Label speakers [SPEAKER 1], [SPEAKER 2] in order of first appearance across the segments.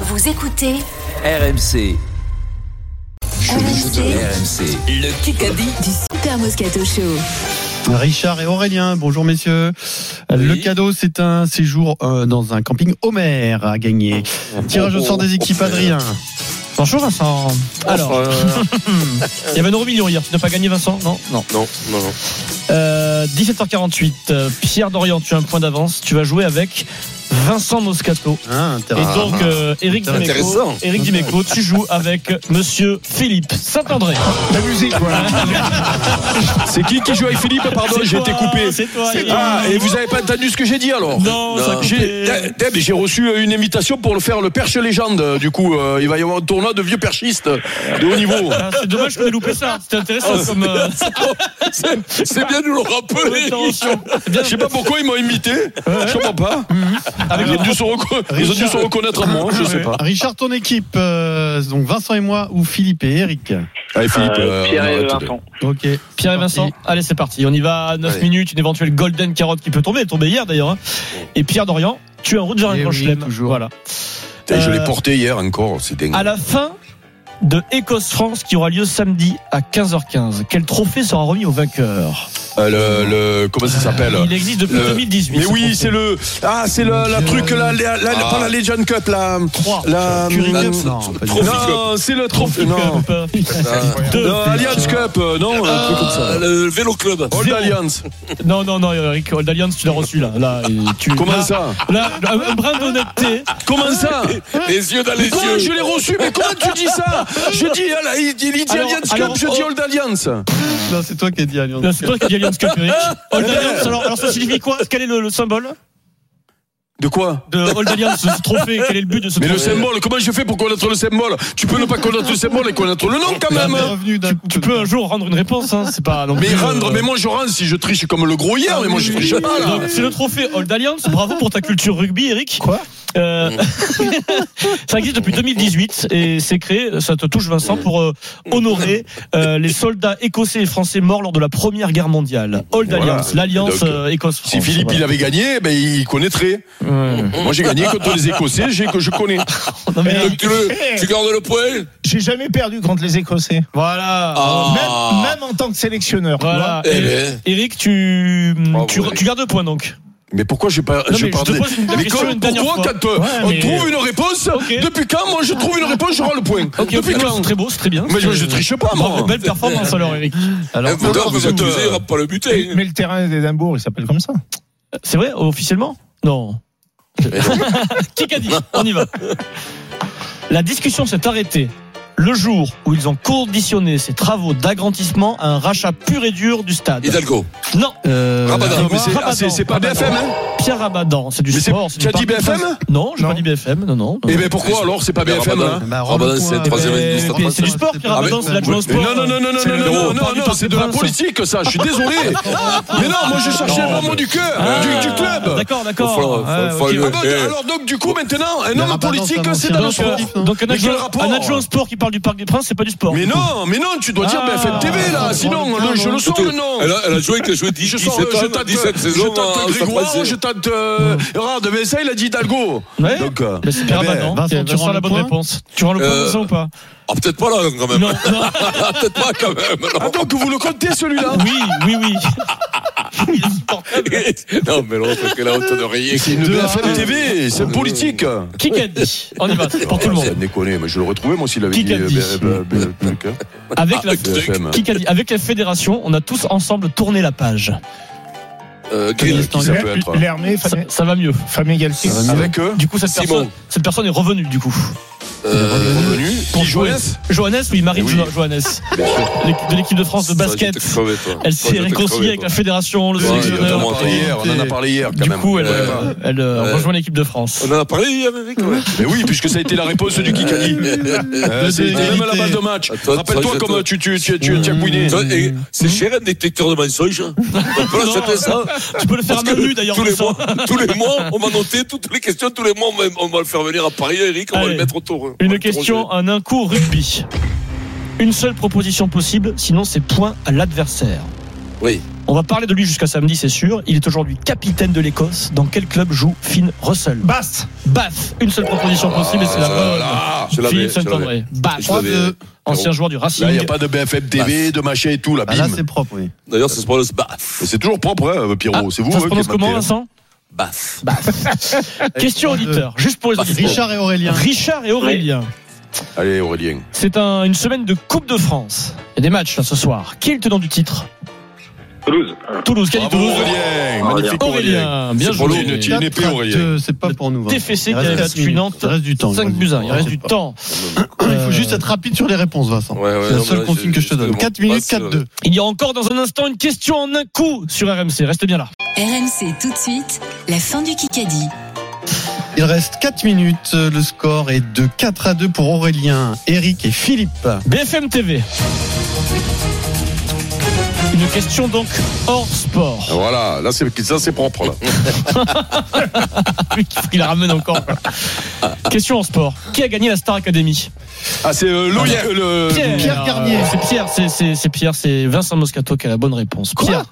[SPEAKER 1] Vous écoutez
[SPEAKER 2] RMC.
[SPEAKER 1] RMC
[SPEAKER 2] RMC. Le Kikadi.
[SPEAKER 1] du Super Moscato Show.
[SPEAKER 3] Richard et Aurélien, bonjour messieurs. Le cadeau, c'est un séjour euh, dans un camping Homer à gagner. Tirage au sort des équipes, Adrien. Bonjour Vincent.
[SPEAKER 4] Alors,
[SPEAKER 3] Alors,
[SPEAKER 4] il y avait un euro million hier. Tu n'as pas gagné, Vincent Non, non.
[SPEAKER 5] Non, non, non.
[SPEAKER 4] Euh, 17h48. euh, Pierre Dorian, tu as un point d'avance. Tu vas jouer avec Vincent Moscato.
[SPEAKER 3] hein,
[SPEAKER 4] Et
[SPEAKER 3] intéressant.
[SPEAKER 4] donc, euh, Eric Dimeco,
[SPEAKER 5] Ah, Intéressant. Ah,
[SPEAKER 4] Eric Dimeco, tu joues avec Monsieur Philippe Saint-André.
[SPEAKER 5] Ah, C'est qui qui joue avec Philippe Pardon,
[SPEAKER 4] C'est
[SPEAKER 5] j'ai été
[SPEAKER 4] toi,
[SPEAKER 5] coupé.
[SPEAKER 4] C'est toi. Eric.
[SPEAKER 5] Ah, et vous avez pas entendu ce que j'ai dit alors
[SPEAKER 4] Non, ça a coupé.
[SPEAKER 5] J'ai Eh, mais j'ai reçu euh, une invitation pour le faire le perche légende. Du coup, euh, il va y avoir un tournoi de vieux perchistes de haut niveau.
[SPEAKER 4] Ah, C'est dommage que tu loupé ça. C'était intéressant
[SPEAKER 5] Ah,
[SPEAKER 4] comme euh,
[SPEAKER 5] C'est c'est bien de nous le rappeler.
[SPEAKER 4] attention.
[SPEAKER 5] Je sais pas pourquoi ils m'ont invité. Je comprends pas.
[SPEAKER 4] Avec
[SPEAKER 5] Ils
[SPEAKER 4] les
[SPEAKER 5] ont dû se, reco- ils ont dû se reconnaître à moi, je sais pas.
[SPEAKER 3] Richard, ton équipe, euh, donc Vincent et moi, ou Philippe et Eric. Eh
[SPEAKER 5] Allez, Philippe.
[SPEAKER 6] Euh,
[SPEAKER 5] euh,
[SPEAKER 6] Pierre
[SPEAKER 5] on
[SPEAKER 6] et
[SPEAKER 5] arrête de-
[SPEAKER 6] Vincent.
[SPEAKER 3] Ok.
[SPEAKER 4] Pierre et Vincent, allez c'est parti. On y va à 9
[SPEAKER 5] Allez.
[SPEAKER 4] minutes, une éventuelle golden carotte qui peut tomber, elle est tombée hier d'ailleurs. hein. Et Pierre Dorian, tu es en route vers un
[SPEAKER 3] Eh
[SPEAKER 4] grand
[SPEAKER 3] oui,
[SPEAKER 4] chelem.
[SPEAKER 3] toujours.
[SPEAKER 4] Voilà.
[SPEAKER 5] Putain, Eh, Je
[SPEAKER 4] Euh,
[SPEAKER 5] l'ai porté hier encore, c'est dingue.
[SPEAKER 4] À la fin de Écosse-France qui aura lieu samedi à 15h15, quel trophée sera remis au vainqueur
[SPEAKER 5] Euh, le, le- comment ça s'appelle
[SPEAKER 4] Il existe depuis
[SPEAKER 5] le-
[SPEAKER 4] 2018.
[SPEAKER 5] Euh, Mais
[SPEAKER 4] ce
[SPEAKER 5] oui,
[SPEAKER 4] trophée.
[SPEAKER 5] c'est le ah, c'est la, la truc la, la, la- pas la Legend Cup la
[SPEAKER 4] Trois.
[SPEAKER 5] la
[SPEAKER 3] Currie
[SPEAKER 5] la-
[SPEAKER 3] Cup, non, pas du tout.
[SPEAKER 5] non, c'est le trophée non.
[SPEAKER 4] Cup.
[SPEAKER 5] Non,
[SPEAKER 4] Deux.
[SPEAKER 5] Alliance Cup, euh, non, un truc comme ça. Le Vélo Club. Old
[SPEAKER 4] Zéro.
[SPEAKER 5] Alliance.
[SPEAKER 4] Non, non, non, Eric, Old Alliance, tu l'as reçu là. là et tu,
[SPEAKER 5] Comment
[SPEAKER 4] là-
[SPEAKER 5] ça
[SPEAKER 4] là, Un brin d'honnêteté.
[SPEAKER 5] Comment ça
[SPEAKER 7] Les yeux dans les
[SPEAKER 5] Quoi
[SPEAKER 7] yeux.
[SPEAKER 5] Je l'ai reçu, mais comment tu dis ça Je dis, ah, là, il, il dit
[SPEAKER 4] Alors,
[SPEAKER 5] Alliance
[SPEAKER 4] alors,
[SPEAKER 5] Cup, je dis
[SPEAKER 4] oh.
[SPEAKER 5] Old Alliance.
[SPEAKER 3] Non, c'est toi qui as dit Alliance.
[SPEAKER 4] Là, C'est toi qui dis Alliance Cup, Eric.
[SPEAKER 5] Eh.
[SPEAKER 4] Old Alliance, alors, alors ça signifie quoi Quel est le, le symbole
[SPEAKER 5] De quoi
[SPEAKER 4] de Old Alliance, ce trophée Quel est le but de ce
[SPEAKER 5] mais le
[SPEAKER 4] trophée
[SPEAKER 5] symbole, comment je fais pour connaître le symbole Tu peux ne pas connaître le symbole et connaître le nom quand
[SPEAKER 3] T'es
[SPEAKER 5] même
[SPEAKER 3] revenu d'un coup.
[SPEAKER 4] Tu peux un jour rendre une réponse, hein, c'est pas non
[SPEAKER 5] Mais
[SPEAKER 4] plus,
[SPEAKER 5] rendre,
[SPEAKER 4] euh,
[SPEAKER 5] mais moi je rends si je triche comme le gros hier, mais moi je triche pas là
[SPEAKER 4] Donc, c'est le trophée Old Alliance. Bravo pour ta culture rugby, Eric.
[SPEAKER 3] Quoi
[SPEAKER 4] Euh, Ça existe depuis 2018 et c'est créé, ça te touche Vincent, pour euh, honorer euh, les soldats écossais et français morts lors de la Première Guerre mondiale. Old
[SPEAKER 5] Voilà.
[SPEAKER 4] Alliance, l'alliance
[SPEAKER 5] Donc,
[SPEAKER 4] euh, Écosse-France.
[SPEAKER 3] Oh,
[SPEAKER 5] Si Philippe il
[SPEAKER 4] Voilà.
[SPEAKER 5] avait gagné, ben, il connaîtrait. Moi j'ai gagné contre les Écossais, j'ai que je connais.
[SPEAKER 4] Non, mais
[SPEAKER 7] Donc tu, le, tu gardes le point
[SPEAKER 8] Eh, J'ai jamais perdu contre les Écossais.
[SPEAKER 4] Voilà.
[SPEAKER 7] Ah.
[SPEAKER 8] Même, même en tant que sélectionneur.
[SPEAKER 4] Voilà.
[SPEAKER 7] Eh
[SPEAKER 4] Et-
[SPEAKER 7] ben.
[SPEAKER 4] Eric, tu,
[SPEAKER 5] Bravo,
[SPEAKER 4] tu,
[SPEAKER 5] Eric. Euh,
[SPEAKER 4] tu gardes le point donc.
[SPEAKER 5] Mais pourquoi j'ai pas.
[SPEAKER 4] Non,
[SPEAKER 5] j'ai
[SPEAKER 4] mais
[SPEAKER 5] pas
[SPEAKER 4] je te
[SPEAKER 5] regardé
[SPEAKER 4] pose une
[SPEAKER 5] Mais
[SPEAKER 4] question
[SPEAKER 5] quand-
[SPEAKER 4] une dernière
[SPEAKER 5] pourquoi
[SPEAKER 4] fois.
[SPEAKER 5] quand euh,
[SPEAKER 4] Ouais,
[SPEAKER 5] on
[SPEAKER 4] mais-
[SPEAKER 5] trouve une réponse
[SPEAKER 4] Ok.
[SPEAKER 5] Depuis quand moi je trouve une réponse, je rends le point
[SPEAKER 4] Ok,
[SPEAKER 5] Depuis
[SPEAKER 4] ok,
[SPEAKER 5] quand
[SPEAKER 4] c'est très ben, beau, c'est très bien.
[SPEAKER 5] Mais je, je
[SPEAKER 4] C'est-
[SPEAKER 5] triche pas
[SPEAKER 4] Bravo,
[SPEAKER 5] moi
[SPEAKER 4] belle performance alors, Eric.
[SPEAKER 7] Eh, Vous
[SPEAKER 5] alors,
[SPEAKER 7] vous
[SPEAKER 5] vous êtes,
[SPEAKER 7] accusez,
[SPEAKER 5] euh,
[SPEAKER 7] il va pas le
[SPEAKER 8] Mais,
[SPEAKER 7] buter.
[SPEAKER 8] mais le terrain d'Édimbourg, il s'appelle comme ça.
[SPEAKER 4] C'est vrai, officiellement Non.
[SPEAKER 5] Eh
[SPEAKER 4] Qui qu'a dit On y va. La discussion s'est arrêtée le jour où ils ont conditionné ces travaux d'agrandissement à un rachat pur et dur du stade.
[SPEAKER 7] hein, Hidalgo.
[SPEAKER 4] Non,
[SPEAKER 3] Euh,
[SPEAKER 7] Rabadan.
[SPEAKER 5] Non, mais c'est- ah, c'est- c'est pas
[SPEAKER 4] Rabadan.
[SPEAKER 5] BFM, hein
[SPEAKER 4] Pierre Rabadan, c'est du
[SPEAKER 5] Mais c'est-
[SPEAKER 4] sport. c'est
[SPEAKER 5] tu
[SPEAKER 4] du
[SPEAKER 5] as dit
[SPEAKER 4] parti-
[SPEAKER 5] BFM
[SPEAKER 4] Non, j'ai
[SPEAKER 8] Non.
[SPEAKER 4] pas dit BFM, non, non.
[SPEAKER 5] Et ben pourquoi alors c'est pas BFM là
[SPEAKER 3] bah, Eh, rends
[SPEAKER 7] Rabadan,
[SPEAKER 3] le
[SPEAKER 7] c'est
[SPEAKER 3] point,
[SPEAKER 7] troisième
[SPEAKER 3] mais-
[SPEAKER 7] ligne du stade
[SPEAKER 3] mais
[SPEAKER 4] français. Ah, mais-
[SPEAKER 3] journée.
[SPEAKER 5] Mais
[SPEAKER 4] c'est-
[SPEAKER 5] non, non, non, non, non,
[SPEAKER 4] C'est le
[SPEAKER 5] non,
[SPEAKER 4] numéro
[SPEAKER 5] non,
[SPEAKER 4] un
[SPEAKER 5] non,
[SPEAKER 4] du
[SPEAKER 5] non,
[SPEAKER 4] Parc
[SPEAKER 5] c'est
[SPEAKER 4] des
[SPEAKER 5] de la
[SPEAKER 4] Princes.
[SPEAKER 5] politique, ça, je suis désolé. Mais non, moi, je cherchais
[SPEAKER 4] Non,
[SPEAKER 5] le moment du cœur,
[SPEAKER 4] Ah,
[SPEAKER 5] du, du club.
[SPEAKER 4] D'accord,
[SPEAKER 7] Faut-
[SPEAKER 4] d'accord.
[SPEAKER 7] faut-
[SPEAKER 4] Ah,
[SPEAKER 7] faut
[SPEAKER 4] ok.
[SPEAKER 7] aller-
[SPEAKER 5] Ah, donc,
[SPEAKER 7] Eh.
[SPEAKER 5] alors, donc, du coup, maintenant, un homme
[SPEAKER 3] Rabadan,
[SPEAKER 5] politique,
[SPEAKER 3] c'est un ancien hein.
[SPEAKER 5] c'est dans le
[SPEAKER 4] Donc,
[SPEAKER 5] sport.
[SPEAKER 4] euh, donc un
[SPEAKER 5] Mais quel
[SPEAKER 4] adjoint,
[SPEAKER 5] rapport
[SPEAKER 4] un adjoint au sport qui parle du Parc des Princes, c'est pas du sport.
[SPEAKER 5] Mais non, mais non, tu dois dire
[SPEAKER 4] Ah.
[SPEAKER 5] BFM TV là, sinon le- je le sens le nom.
[SPEAKER 7] Elle a, elle a joué, qu'elle a joué
[SPEAKER 5] Je
[SPEAKER 7] 17
[SPEAKER 5] sens,
[SPEAKER 7] ans,
[SPEAKER 5] je tente,
[SPEAKER 7] 17
[SPEAKER 5] je
[SPEAKER 7] saisons en- en
[SPEAKER 5] tente
[SPEAKER 7] Stade
[SPEAKER 5] Grégoire,
[SPEAKER 7] français.
[SPEAKER 5] je tente euh, Rade, mais ça il a dit Hidalgo.
[SPEAKER 4] Ouais.
[SPEAKER 5] Donc, euh,
[SPEAKER 4] Bah, c'est Pierre
[SPEAKER 5] eh ben,
[SPEAKER 4] Rabadan.
[SPEAKER 3] Vincent,
[SPEAKER 4] Tiens,
[SPEAKER 3] tu
[SPEAKER 4] Vincent,
[SPEAKER 3] rends
[SPEAKER 4] la
[SPEAKER 3] le
[SPEAKER 4] bonne
[SPEAKER 3] point
[SPEAKER 4] réponse. Tu rends le point,
[SPEAKER 7] Euh,
[SPEAKER 4] Vincent, ou pas
[SPEAKER 7] Ah, peut-être pas là,
[SPEAKER 5] bah,
[SPEAKER 7] quand même.
[SPEAKER 4] Non, non.
[SPEAKER 7] Ah, peut-être pas, quand même.
[SPEAKER 5] Ah donc vous le comptez celui-là
[SPEAKER 4] Oui, oui, oui. Il est supportable.
[SPEAKER 7] Non, non mais l'autre, qu'elle a honte de rien.
[SPEAKER 5] C'est une
[SPEAKER 3] Deux à
[SPEAKER 5] BFM
[SPEAKER 3] un.
[SPEAKER 5] TV, c'est politique.
[SPEAKER 4] Qui qu'a dit On y va, c'est pour tout le
[SPEAKER 5] Ça
[SPEAKER 4] monde.
[SPEAKER 5] me déconne, mais je le retrouvais moi s'il avait
[SPEAKER 4] Qui
[SPEAKER 5] dit
[SPEAKER 4] qu'a
[SPEAKER 5] euh,
[SPEAKER 4] dit
[SPEAKER 5] B- B- B- B-
[SPEAKER 4] Avec la,
[SPEAKER 5] BFM.
[SPEAKER 4] qui qu'a dit Avec la fédération, on a tous ensemble tourné la page.
[SPEAKER 7] Euh,
[SPEAKER 5] Qui
[SPEAKER 7] Grill.
[SPEAKER 5] ça peut être hein
[SPEAKER 8] L'Hermé,
[SPEAKER 4] Ça,
[SPEAKER 8] Famé-
[SPEAKER 4] ça va mieux.
[SPEAKER 8] Famé Galtier.
[SPEAKER 5] Avec eux
[SPEAKER 4] Du coup, cette
[SPEAKER 7] Simon.
[SPEAKER 4] personne, cette personne est revenue, du coup.
[SPEAKER 7] Euh,
[SPEAKER 5] Revenu.
[SPEAKER 4] Pour
[SPEAKER 5] Qui jouait
[SPEAKER 4] Johannes, oui, Marie
[SPEAKER 5] Oui.
[SPEAKER 4] Jo- Johannes, l'équipe- de l'équipe de France de
[SPEAKER 7] ça,
[SPEAKER 4] basket.
[SPEAKER 7] je vais te crever, toi.
[SPEAKER 4] Elle
[SPEAKER 7] Ça, je
[SPEAKER 4] s'est
[SPEAKER 7] vais te crever,
[SPEAKER 4] réconciliée avec
[SPEAKER 7] toi.
[SPEAKER 4] la fédération, le
[SPEAKER 7] Ouais,
[SPEAKER 5] On
[SPEAKER 4] sélectionneur.
[SPEAKER 5] en a parlé hier, on en a parlé hier quand
[SPEAKER 4] Du
[SPEAKER 5] même.
[SPEAKER 4] coup, elle,
[SPEAKER 7] Ouais.
[SPEAKER 4] euh, elle, euh,
[SPEAKER 7] Ouais.
[SPEAKER 4] rejoint l'équipe de France.
[SPEAKER 7] On en a parlé hier, Eric ouais.
[SPEAKER 5] Mais oui, puisque ça a été la réponse du Kikadi. Euh, C'était même à la base de match.
[SPEAKER 7] Ah, toi,
[SPEAKER 5] Rappelle-toi
[SPEAKER 7] toi,
[SPEAKER 5] comme
[SPEAKER 7] toi.
[SPEAKER 5] tu tu tu tu tu as couiné.
[SPEAKER 7] Toi, et C'est cher un détecteur de mensonges. Voilà,
[SPEAKER 4] Non.
[SPEAKER 7] c'était ça.
[SPEAKER 4] Tu peux le faire à
[SPEAKER 7] Parce
[SPEAKER 4] main
[SPEAKER 7] que
[SPEAKER 4] nue, d'ailleurs.
[SPEAKER 7] Tous les,
[SPEAKER 4] Vincent.
[SPEAKER 7] mois, tous les mois, on va noter toutes les questions. Tous les mois, on va, on va le faire venir à Paris, Eric. On va
[SPEAKER 4] Allez.
[SPEAKER 7] le mettre autour. hein. On va
[SPEAKER 4] Une
[SPEAKER 7] le
[SPEAKER 4] question, un un coup rugby. Une seule proposition possible, sinon c'est point à l'adversaire.
[SPEAKER 7] Oui.
[SPEAKER 4] On va parler de lui jusqu'à samedi, c'est sûr. Il est aujourd'hui capitaine de l'Écosse. Dans quel club joue Finn Russell
[SPEAKER 8] Basse
[SPEAKER 4] Bath Une seule proposition possible et c'est
[SPEAKER 7] Ah,
[SPEAKER 4] la bonne. Philippe Saint-André. Bath,
[SPEAKER 7] Je l'avais.
[SPEAKER 4] ancien joueur du
[SPEAKER 5] Là, il n'y
[SPEAKER 4] Racing.
[SPEAKER 5] a pas de BFM TV, de machin et tout, là,
[SPEAKER 3] Ah, là,
[SPEAKER 5] bim.
[SPEAKER 3] c'est propre, oui.
[SPEAKER 7] D'ailleurs, ça se prononce Bath.
[SPEAKER 5] C'est toujours propre, hein, Pierrot.
[SPEAKER 4] Ah,
[SPEAKER 5] c'est vous,
[SPEAKER 4] ça
[SPEAKER 5] hein,
[SPEAKER 4] se
[SPEAKER 5] qui
[SPEAKER 4] prononce
[SPEAKER 5] avez
[SPEAKER 4] comment,
[SPEAKER 5] maté, hein.
[SPEAKER 4] Vincent
[SPEAKER 7] Bath.
[SPEAKER 4] Question auditeur, juste pour les
[SPEAKER 7] Bath.
[SPEAKER 4] auditeurs.
[SPEAKER 3] Euh, Richard et Aurélien.
[SPEAKER 4] Richard et Aurélien.
[SPEAKER 5] hein. Allez, Aurélien.
[SPEAKER 4] C'est un- une semaine de Coupe de France. Il y a des matchs là, ce soir. Qui est le tenant du titre
[SPEAKER 6] Toulouse.
[SPEAKER 4] Toulouse, quelle est
[SPEAKER 5] Bravo,
[SPEAKER 4] Toulouse
[SPEAKER 5] Aurélien. Magnifique, Aurélien.
[SPEAKER 4] Aurélien, bien
[SPEAKER 5] C'est pour
[SPEAKER 4] joué.
[SPEAKER 5] nous, une team. épée,
[SPEAKER 3] Quatre,
[SPEAKER 5] Aurélien.
[SPEAKER 3] euh, C'est pas pour nous. Vincent.
[SPEAKER 4] TFC
[SPEAKER 3] Il
[SPEAKER 4] qui a
[SPEAKER 3] reste
[SPEAKER 4] battu
[SPEAKER 3] minutes.
[SPEAKER 4] Nantes.
[SPEAKER 3] Il reste du temps.
[SPEAKER 4] 5
[SPEAKER 3] reste
[SPEAKER 4] buts 1, il reste
[SPEAKER 3] temps.
[SPEAKER 4] du temps.
[SPEAKER 3] Il faut
[SPEAKER 4] Euh,
[SPEAKER 3] juste être rapide sur les réponses, Vincent.
[SPEAKER 7] Ouais, ouais,
[SPEAKER 3] c'est la
[SPEAKER 7] non,
[SPEAKER 3] seule
[SPEAKER 7] mais là,
[SPEAKER 3] consigne que je te donne.
[SPEAKER 7] justement,
[SPEAKER 3] 4 minutes,
[SPEAKER 7] passe, euh,
[SPEAKER 3] 4-2.
[SPEAKER 4] Il y a encore dans un instant une question en un coup sur RMC. Restez bien là.
[SPEAKER 1] RMC tout de suite, la fin du Kikadi.
[SPEAKER 3] Il reste 4 minutes. euh, Le score est de 4 à 2 pour Aurélien, Eric et Philippe.
[SPEAKER 4] BFM TV. Une question donc hors sport.
[SPEAKER 5] Voilà, là, c'est, ça, c'est propre, là.
[SPEAKER 4] Il la ramène encore. Question hors sport. Qui a gagné la Star Academy
[SPEAKER 5] Ah, c'est euh, Loïc, euh, le-
[SPEAKER 3] Pierre Garnier.
[SPEAKER 4] Euh, C'est Pierre, c'est- c'est c'est Pierre, c'est Vincent Moscato qui a la bonne réponse. Pierre.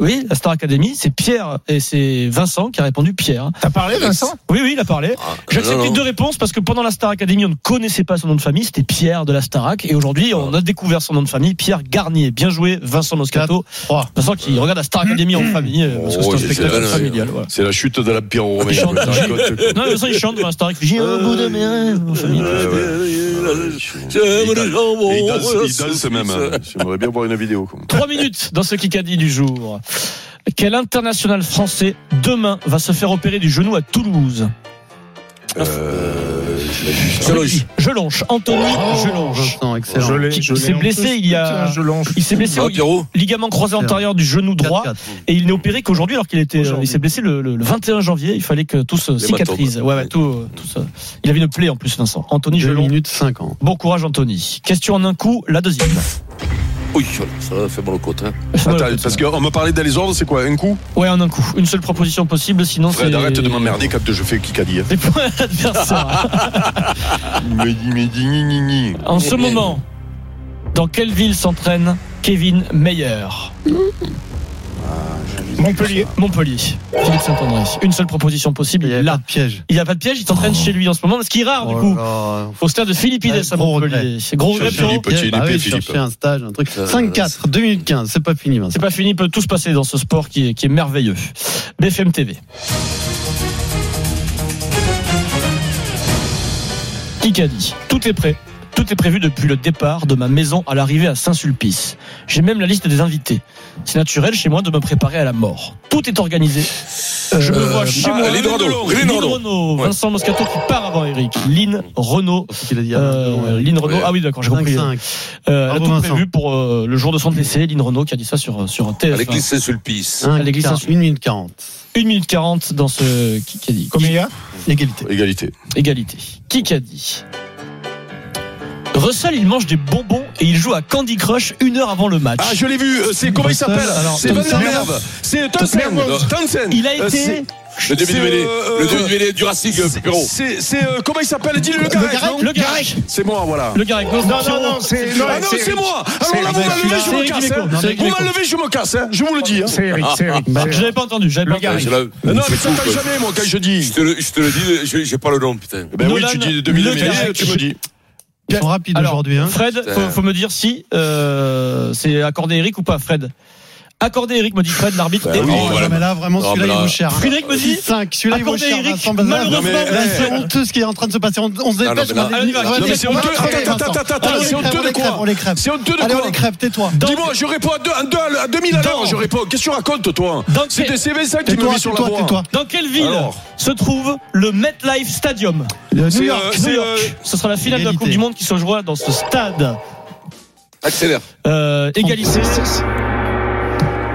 [SPEAKER 4] Oui, la Star Academy, c'est Pierre et c'est Vincent qui a répondu Pierre.
[SPEAKER 8] T'as parlé, Vincent
[SPEAKER 4] Oui, oui, il a parlé. J'accepte
[SPEAKER 7] non,
[SPEAKER 4] les
[SPEAKER 7] non.
[SPEAKER 4] deux réponses parce que pendant la Star Academy, on ne connaissait pas son nom de famille, c'était Pierre de la Starac. Et aujourd'hui, on a découvert son nom de famille, Pierre Garnier. Bien joué, Vincent Moscato.
[SPEAKER 3] Trois.
[SPEAKER 4] Vincent qui regarde la Star Academy en famille, euh, parce que
[SPEAKER 5] Oh,
[SPEAKER 4] c'est un
[SPEAKER 5] c'est
[SPEAKER 4] spectacle
[SPEAKER 7] vrai,
[SPEAKER 4] familial. voilà.
[SPEAKER 5] c'est la chute de la Pierrot. Romain.
[SPEAKER 4] Il chante.
[SPEAKER 5] Putain, je raconte.
[SPEAKER 4] Non, Vincent, il chante dans la Star Academy. Euh, J'ai un bout de mes rêves en famille.
[SPEAKER 7] J'aime les jambons.
[SPEAKER 5] Et il danse,
[SPEAKER 7] la
[SPEAKER 5] il danse
[SPEAKER 7] saucisse.
[SPEAKER 5] même. hein. J'aimerais bien voir une vidéo. quoi.
[SPEAKER 4] Trois minutes dans ce Kikadi du jour. Quel international français demain va se faire opérer du genou à Toulouse
[SPEAKER 5] Euh,
[SPEAKER 7] Je loge.
[SPEAKER 4] Je longe, Anthony
[SPEAKER 3] Oh.
[SPEAKER 4] Gelonge.
[SPEAKER 3] Vincent, excellent.
[SPEAKER 8] Oh. l'ai-
[SPEAKER 4] Qui-
[SPEAKER 8] l'ai
[SPEAKER 4] s'est
[SPEAKER 8] en
[SPEAKER 4] blessé
[SPEAKER 8] plus.
[SPEAKER 4] il y a-
[SPEAKER 8] Tiens, je l'en-
[SPEAKER 4] Il s'est blessé
[SPEAKER 7] Ah,
[SPEAKER 4] au
[SPEAKER 7] Pierrot
[SPEAKER 4] ligament croisé antérieur du genou droit
[SPEAKER 3] 4-4.
[SPEAKER 4] et il n'est opéré qu'aujourd'hui alors qu'il était euh,
[SPEAKER 8] Aujourd'hui.
[SPEAKER 4] il s'est blessé le, le- le 21 janvier, il fallait que tout se cicatrise. Ouais, ouais, tout, euh, tout ça. Il avait une plaie en plus Vincent. Anthony
[SPEAKER 3] 2
[SPEAKER 4] Gelonge.
[SPEAKER 3] minutes 50.
[SPEAKER 4] Bon courage Anthony. Question en un coup, la deuxième.
[SPEAKER 7] Oui, voilà, ça fait mal hein. au côté.
[SPEAKER 5] Attends, parce qu'on me parlait d'aller ordres, c'est quoi Un coup
[SPEAKER 4] Ouais, en un coup, une seule proposition possible sinon
[SPEAKER 5] Fred,
[SPEAKER 4] c'est
[SPEAKER 5] arrête de m'emmerder quand je fais Kikadi. hein.
[SPEAKER 4] Des points à l'adversaire.
[SPEAKER 5] Il me dit, mais dit, ni, ni, ni.
[SPEAKER 4] En ce moment, dans quelle ville s'entraîne Kevin Meyer
[SPEAKER 3] Ah,
[SPEAKER 8] Montpellier.
[SPEAKER 4] Montpellier. Philippe Saint-André. Une seule proposition possible,
[SPEAKER 3] Il y a
[SPEAKER 4] là.
[SPEAKER 3] pas de piège.
[SPEAKER 4] Il n'y a pas de piège, il s'entraîne chez lui en ce moment, ce qui est rare du
[SPEAKER 3] Oh
[SPEAKER 4] coup.
[SPEAKER 3] là là.
[SPEAKER 4] Au stade de Philippines
[SPEAKER 3] Ouais,
[SPEAKER 4] à
[SPEAKER 3] gros
[SPEAKER 4] Montpellier. C'est gros regret,
[SPEAKER 5] Chercher
[SPEAKER 4] Pierrot.
[SPEAKER 5] Petit
[SPEAKER 3] Bah
[SPEAKER 5] épée,
[SPEAKER 3] oui,
[SPEAKER 5] Philippe.
[SPEAKER 3] chercher un stage, un truc.
[SPEAKER 7] Euh,
[SPEAKER 3] 5-4, 2 minutes 15, c'est pas fini, Vincent.
[SPEAKER 4] C'est pas fini, peut tout se passer dans ce sport qui est, qui est merveilleux. BFM TV. Kikadi, tout est prêt. Tout est prévu depuis le départ de ma maison à l'arrivée à Saint-Sulpice. J'ai même la liste des invités. C'est naturel chez moi de me préparer à la mort. Tout est organisé. Je me vois chez moi.
[SPEAKER 7] Euh, ah, Lynn Renaud, Lynn
[SPEAKER 4] Lynn
[SPEAKER 7] Renaud.
[SPEAKER 4] Renaud, Vincent Moscato qui part avant Eric. Lynn Renaud.
[SPEAKER 3] C'est ce qu'il a dit.
[SPEAKER 4] Euh, Lynn Renaud. Ah oui, d'accord, j'ai compris.
[SPEAKER 3] 5-5.
[SPEAKER 4] Euh, elle a
[SPEAKER 3] Bravo,
[SPEAKER 4] tout
[SPEAKER 3] Vincent.
[SPEAKER 4] prévu pour euh, le jour de son décès. Lynn Renaud qui a dit ça sur, euh, sur TF1.
[SPEAKER 7] Avec les Saint-Sulpice.
[SPEAKER 5] Hein.
[SPEAKER 3] Un,
[SPEAKER 4] Elle glisse
[SPEAKER 3] quart,
[SPEAKER 4] un sou-
[SPEAKER 3] 1 minute 40.
[SPEAKER 4] 1 minute 40 dans ce qui qui a dit
[SPEAKER 8] Combien il y a
[SPEAKER 3] Égalité.
[SPEAKER 5] Égalité.
[SPEAKER 4] Égalité. Qui qui a dit Russell, il mange des bonbons et il joue à Candy Crush une heure avant le match.
[SPEAKER 5] Ah, je l'ai vu, euh, c'est comment il s'appelle
[SPEAKER 3] Alors,
[SPEAKER 5] C'est Van der
[SPEAKER 3] Thompson.
[SPEAKER 5] Merve, c'est Tansen.
[SPEAKER 7] Thompson.
[SPEAKER 5] Tansen.
[SPEAKER 4] il a
[SPEAKER 5] Euh,
[SPEAKER 4] été.
[SPEAKER 5] c'est-
[SPEAKER 7] Le demi de
[SPEAKER 5] C'est,
[SPEAKER 7] mêlée.
[SPEAKER 5] euh,
[SPEAKER 7] Le demi de mêlée du Racing,
[SPEAKER 5] c'est-
[SPEAKER 7] Pierrot.
[SPEAKER 5] C'est, c'est, euh, comment il s'appelle Dis-le le Gareth, non
[SPEAKER 4] Le Garec
[SPEAKER 5] C'est moi, voilà.
[SPEAKER 4] Le Garec Non,
[SPEAKER 8] Non, non, non, c'est. non,
[SPEAKER 5] Ah non, c'est moi Alors là, vous
[SPEAKER 8] Eric.
[SPEAKER 5] m'enlevez, je
[SPEAKER 4] C'est
[SPEAKER 5] me
[SPEAKER 4] Eric
[SPEAKER 5] casse.
[SPEAKER 4] Dimeco. Non, c'est
[SPEAKER 5] hein.
[SPEAKER 4] Eric
[SPEAKER 5] Vous
[SPEAKER 4] Dimeco.
[SPEAKER 5] m'enlevez, je me casse. hein. Je vous le dis. hein.
[SPEAKER 8] C'est Eric, c'est Eric. c'est
[SPEAKER 4] Je
[SPEAKER 8] Eric.
[SPEAKER 4] l'avais pas entendu. Ah, j'avais
[SPEAKER 8] Le
[SPEAKER 4] pas entendu.
[SPEAKER 7] Ah, Je la-
[SPEAKER 5] Non, mais
[SPEAKER 7] C'est
[SPEAKER 5] ça
[SPEAKER 7] fou,
[SPEAKER 5] t'entend
[SPEAKER 7] quoi.
[SPEAKER 5] jamais, moi, quand je dis.
[SPEAKER 7] Je te le- je te le dis, je- j'ai pas le nom, putain.
[SPEAKER 5] Ben oui,
[SPEAKER 4] Nolan,
[SPEAKER 5] tu dis
[SPEAKER 4] le
[SPEAKER 5] 2000
[SPEAKER 4] Garec.
[SPEAKER 5] tu me dis.
[SPEAKER 3] Ils sont rapides
[SPEAKER 4] Alors,
[SPEAKER 3] aujourd'hui. Hein.
[SPEAKER 4] Fred, faut,
[SPEAKER 7] Putain.
[SPEAKER 4] faut me dire si euh, c'est accordé Eric ou pas, Fred. Accordé Eric, me dit Fred, l'arbitre.
[SPEAKER 7] Bah
[SPEAKER 4] Et-
[SPEAKER 7] oui,
[SPEAKER 3] Oh,
[SPEAKER 7] voilà.
[SPEAKER 3] Mais là, vraiment,
[SPEAKER 7] Non,
[SPEAKER 3] celui-là,
[SPEAKER 7] mais
[SPEAKER 3] il
[SPEAKER 7] là-
[SPEAKER 3] vaut cher.
[SPEAKER 4] Frédéric me dit
[SPEAKER 3] 5. Celui-là, il vaut
[SPEAKER 4] Accordez,
[SPEAKER 3] cher.
[SPEAKER 4] Eric.
[SPEAKER 3] Vincent Bazin.
[SPEAKER 4] Malheureusement,
[SPEAKER 3] Non, mais,
[SPEAKER 4] Vincent.
[SPEAKER 3] eh, C'est honteux ce qui est en train de se passer. On, on se
[SPEAKER 7] non,
[SPEAKER 3] dépêche.
[SPEAKER 7] mais là-
[SPEAKER 3] on a des-
[SPEAKER 4] Allez,
[SPEAKER 3] on a
[SPEAKER 4] vas-y,
[SPEAKER 5] Non,
[SPEAKER 3] des-
[SPEAKER 5] mais c'est
[SPEAKER 3] on a
[SPEAKER 5] honteux.
[SPEAKER 3] des-
[SPEAKER 5] Attends,
[SPEAKER 3] Vincent.
[SPEAKER 5] attends, attends,
[SPEAKER 3] Allez,
[SPEAKER 5] attends,
[SPEAKER 3] on
[SPEAKER 5] c'est
[SPEAKER 3] les crève,
[SPEAKER 5] honteux de
[SPEAKER 3] on les crève,
[SPEAKER 5] quoi
[SPEAKER 3] On les crève.
[SPEAKER 5] C'est honteux de
[SPEAKER 3] Ah. Allez, on
[SPEAKER 5] quoi
[SPEAKER 3] les crève, tais-toi.
[SPEAKER 5] Dis-moi, je réponds à, deux, à, deux, à 2000 à l'heure, je réponds. Qu'est-ce que tu racontes, toi
[SPEAKER 4] Dans
[SPEAKER 5] C'est
[SPEAKER 4] quel-
[SPEAKER 5] des CV ça qui me
[SPEAKER 3] Tais-toi,
[SPEAKER 5] mis sur la
[SPEAKER 3] tais-toi,
[SPEAKER 5] voie.
[SPEAKER 3] tais-toi.
[SPEAKER 4] Dans quelle ville
[SPEAKER 5] Alors
[SPEAKER 4] se trouve le MetLife Stadium
[SPEAKER 3] Le New
[SPEAKER 5] C'est,
[SPEAKER 3] York.
[SPEAKER 5] euh,
[SPEAKER 4] New
[SPEAKER 5] c'est,
[SPEAKER 4] York.
[SPEAKER 5] euh,
[SPEAKER 4] Ce sera la finale de la
[SPEAKER 3] égalité.
[SPEAKER 4] Coupe du Monde qui se jouera dans ce stade.
[SPEAKER 7] Accélère.
[SPEAKER 4] Euh, égalité.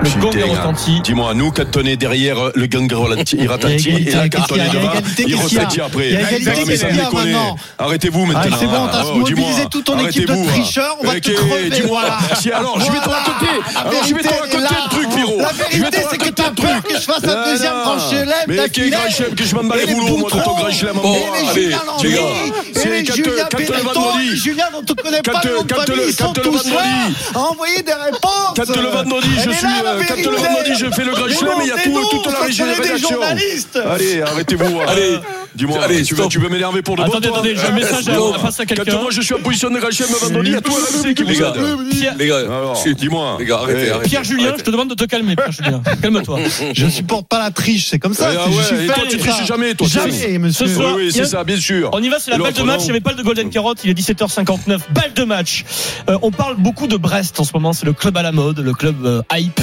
[SPEAKER 4] Le gong est
[SPEAKER 5] Putain,
[SPEAKER 4] retenti.
[SPEAKER 5] Dis-moi, nous, quand on est derrière euh, le gang ralenti, il ralentit,
[SPEAKER 3] Il y a égalité,
[SPEAKER 5] et là, quand
[SPEAKER 3] qu'est-ce
[SPEAKER 5] on
[SPEAKER 3] qu'il y a
[SPEAKER 5] est
[SPEAKER 3] Il y a
[SPEAKER 5] devant,
[SPEAKER 3] égalité,
[SPEAKER 5] il
[SPEAKER 3] qu'est-ce qu'il y a
[SPEAKER 5] ralentit après.
[SPEAKER 3] Il y a égalité,
[SPEAKER 5] Non, mais
[SPEAKER 3] qu'est-ce
[SPEAKER 5] sans
[SPEAKER 3] qu'il y a
[SPEAKER 5] déconner.
[SPEAKER 3] maintenant
[SPEAKER 5] Arrêtez-vous
[SPEAKER 3] Ah,
[SPEAKER 5] maintenant.
[SPEAKER 3] c'est bon, t'as
[SPEAKER 5] Ah, ouais,
[SPEAKER 3] mobilisé
[SPEAKER 5] dis-moi,
[SPEAKER 3] toute ton équipe de
[SPEAKER 5] arrêtez-vous, hein.
[SPEAKER 3] tricheurs, on va te
[SPEAKER 5] Ok,
[SPEAKER 3] crever.
[SPEAKER 5] dis-moi,
[SPEAKER 3] Voilà.
[SPEAKER 5] si, alors, je vais te
[SPEAKER 3] Voilà.
[SPEAKER 5] raconter.
[SPEAKER 3] La
[SPEAKER 5] Alors, je vais te
[SPEAKER 3] vérité, elle est
[SPEAKER 5] raconter
[SPEAKER 3] là.
[SPEAKER 5] un truc, Pierrot.
[SPEAKER 3] La
[SPEAKER 5] Je vais te
[SPEAKER 3] vérité, c'est que
[SPEAKER 5] raconter
[SPEAKER 3] t'as
[SPEAKER 5] un truc.
[SPEAKER 3] peur que je fasse un deuxième
[SPEAKER 5] non.
[SPEAKER 3] grand chelem.
[SPEAKER 5] Mais
[SPEAKER 3] t'as
[SPEAKER 5] qui est
[SPEAKER 3] filé.
[SPEAKER 5] grand chelem que je m'en bats Bah, les
[SPEAKER 3] Et
[SPEAKER 5] boulots, moi, de ton
[SPEAKER 3] Boutron.
[SPEAKER 5] grand chelem à
[SPEAKER 3] Et
[SPEAKER 5] moi. Allez,
[SPEAKER 3] les Julien
[SPEAKER 5] les gars,
[SPEAKER 3] Landry,
[SPEAKER 5] c'est
[SPEAKER 3] et les
[SPEAKER 5] quand,
[SPEAKER 3] Julien
[SPEAKER 5] euh, quand le
[SPEAKER 3] Benetton, et
[SPEAKER 5] vendredi-
[SPEAKER 3] Julien dont on connaît
[SPEAKER 5] Quand,
[SPEAKER 3] pas le
[SPEAKER 5] euh,
[SPEAKER 3] nom de
[SPEAKER 5] quand
[SPEAKER 3] famille,
[SPEAKER 5] le-
[SPEAKER 3] ils sont
[SPEAKER 5] quand le
[SPEAKER 3] tous là
[SPEAKER 5] vendredi-
[SPEAKER 3] à envoyer des réponses.
[SPEAKER 5] Quand le vendredi, je
[SPEAKER 3] Elle est
[SPEAKER 5] suis,
[SPEAKER 3] là, la
[SPEAKER 5] euh, quand le vendredi je fais le grand chelem, mais il y a tout- toute la région de rédaction. Allez, arrêtez-vous. hein.
[SPEAKER 7] Allez,
[SPEAKER 5] dis-moi,
[SPEAKER 7] allez,
[SPEAKER 5] tu veux,
[SPEAKER 7] stop.
[SPEAKER 5] tu veux m'énerver pour de bon
[SPEAKER 4] Attendez,
[SPEAKER 5] toi
[SPEAKER 4] attendez, j'ai un message à-
[SPEAKER 7] Non.
[SPEAKER 4] face à
[SPEAKER 5] Quand
[SPEAKER 4] quelqu'un.
[SPEAKER 5] moi je suis en position de grand chelem le vendredi, il y a tout RMC qui
[SPEAKER 7] les
[SPEAKER 5] vous
[SPEAKER 7] gars,
[SPEAKER 5] aide.
[SPEAKER 4] Pierre,
[SPEAKER 7] les gars,
[SPEAKER 5] Alors,
[SPEAKER 7] chut,
[SPEAKER 5] dis-moi.
[SPEAKER 7] les gars, arrêtez,
[SPEAKER 5] Eh,
[SPEAKER 7] arrêtez.
[SPEAKER 4] Pierre Julien, je te demande de te calmer, Pierre Julien. Calme-toi.
[SPEAKER 3] Je supporte pas la triche, c'est comme ça.
[SPEAKER 5] Eh, ah
[SPEAKER 3] c'est- je
[SPEAKER 5] ouais,
[SPEAKER 3] suis
[SPEAKER 5] et
[SPEAKER 3] fait
[SPEAKER 5] toi, tu
[SPEAKER 3] pour
[SPEAKER 5] triches
[SPEAKER 3] ça.
[SPEAKER 5] jamais, toi, tu triches.
[SPEAKER 3] Jamais, monsieur.
[SPEAKER 4] Ce soir,
[SPEAKER 5] Oui, oui,
[SPEAKER 4] Il y
[SPEAKER 5] c'est
[SPEAKER 4] a-
[SPEAKER 5] ça, bien sûr.
[SPEAKER 4] On y va, c'est la
[SPEAKER 5] Et
[SPEAKER 4] balle
[SPEAKER 5] l'autre,
[SPEAKER 4] de match.
[SPEAKER 5] non.
[SPEAKER 4] Il n'y avait pas de Golden Carotte, il est 17h59. Balle de match. Euh, on parle beaucoup de Brest en ce moment, c'est le club à la mode, le club euh, hype.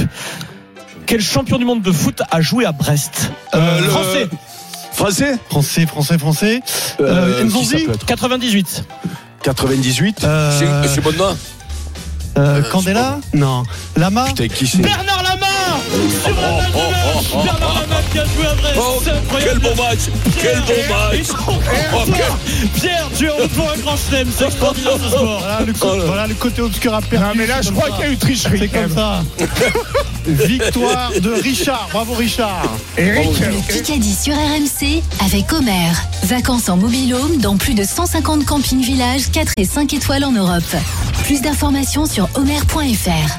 [SPEAKER 4] Quel champion du monde de foot a joué à Brest
[SPEAKER 5] Euh, le-
[SPEAKER 4] Français,
[SPEAKER 5] Français
[SPEAKER 3] Français, français, français. Euh,
[SPEAKER 5] Euh, qui
[SPEAKER 3] Nzonzi
[SPEAKER 5] ça peut être
[SPEAKER 4] 98.
[SPEAKER 5] Oh, 98
[SPEAKER 3] Euh,
[SPEAKER 7] C'est c'est bon nom
[SPEAKER 3] euh, Candela Non. Lama
[SPEAKER 5] Putain, qui c'est
[SPEAKER 4] Bernard Lama
[SPEAKER 5] oh,
[SPEAKER 4] Sur la balle de match Bernard Lama qui a joué à Brest
[SPEAKER 7] Oh,
[SPEAKER 4] C'est
[SPEAKER 7] Quel
[SPEAKER 4] incroyable
[SPEAKER 7] bon match Quel
[SPEAKER 4] Pierre,
[SPEAKER 7] bon match Oh,
[SPEAKER 4] Pierre, Pierre, tu es en route pour un grand chelem, c'est extraordinaire ce soir.
[SPEAKER 3] voilà le, co- voilà le côté obscur à perdu.
[SPEAKER 8] Non, mais là,
[SPEAKER 3] c'est
[SPEAKER 8] je
[SPEAKER 3] comme
[SPEAKER 8] crois
[SPEAKER 3] ça.
[SPEAKER 8] qu'il y a eu tricherie.
[SPEAKER 3] C'est
[SPEAKER 8] quand
[SPEAKER 3] comme
[SPEAKER 8] même.
[SPEAKER 3] ça. Victoire de Richard. Bravo Richard.
[SPEAKER 8] Eric,
[SPEAKER 1] Le Kikadi sur RMC avec Homer. Vacances en mobilhome dans plus de 150 campings villages 4 et 5 étoiles en Europe. Plus d'informations sur homer.fr.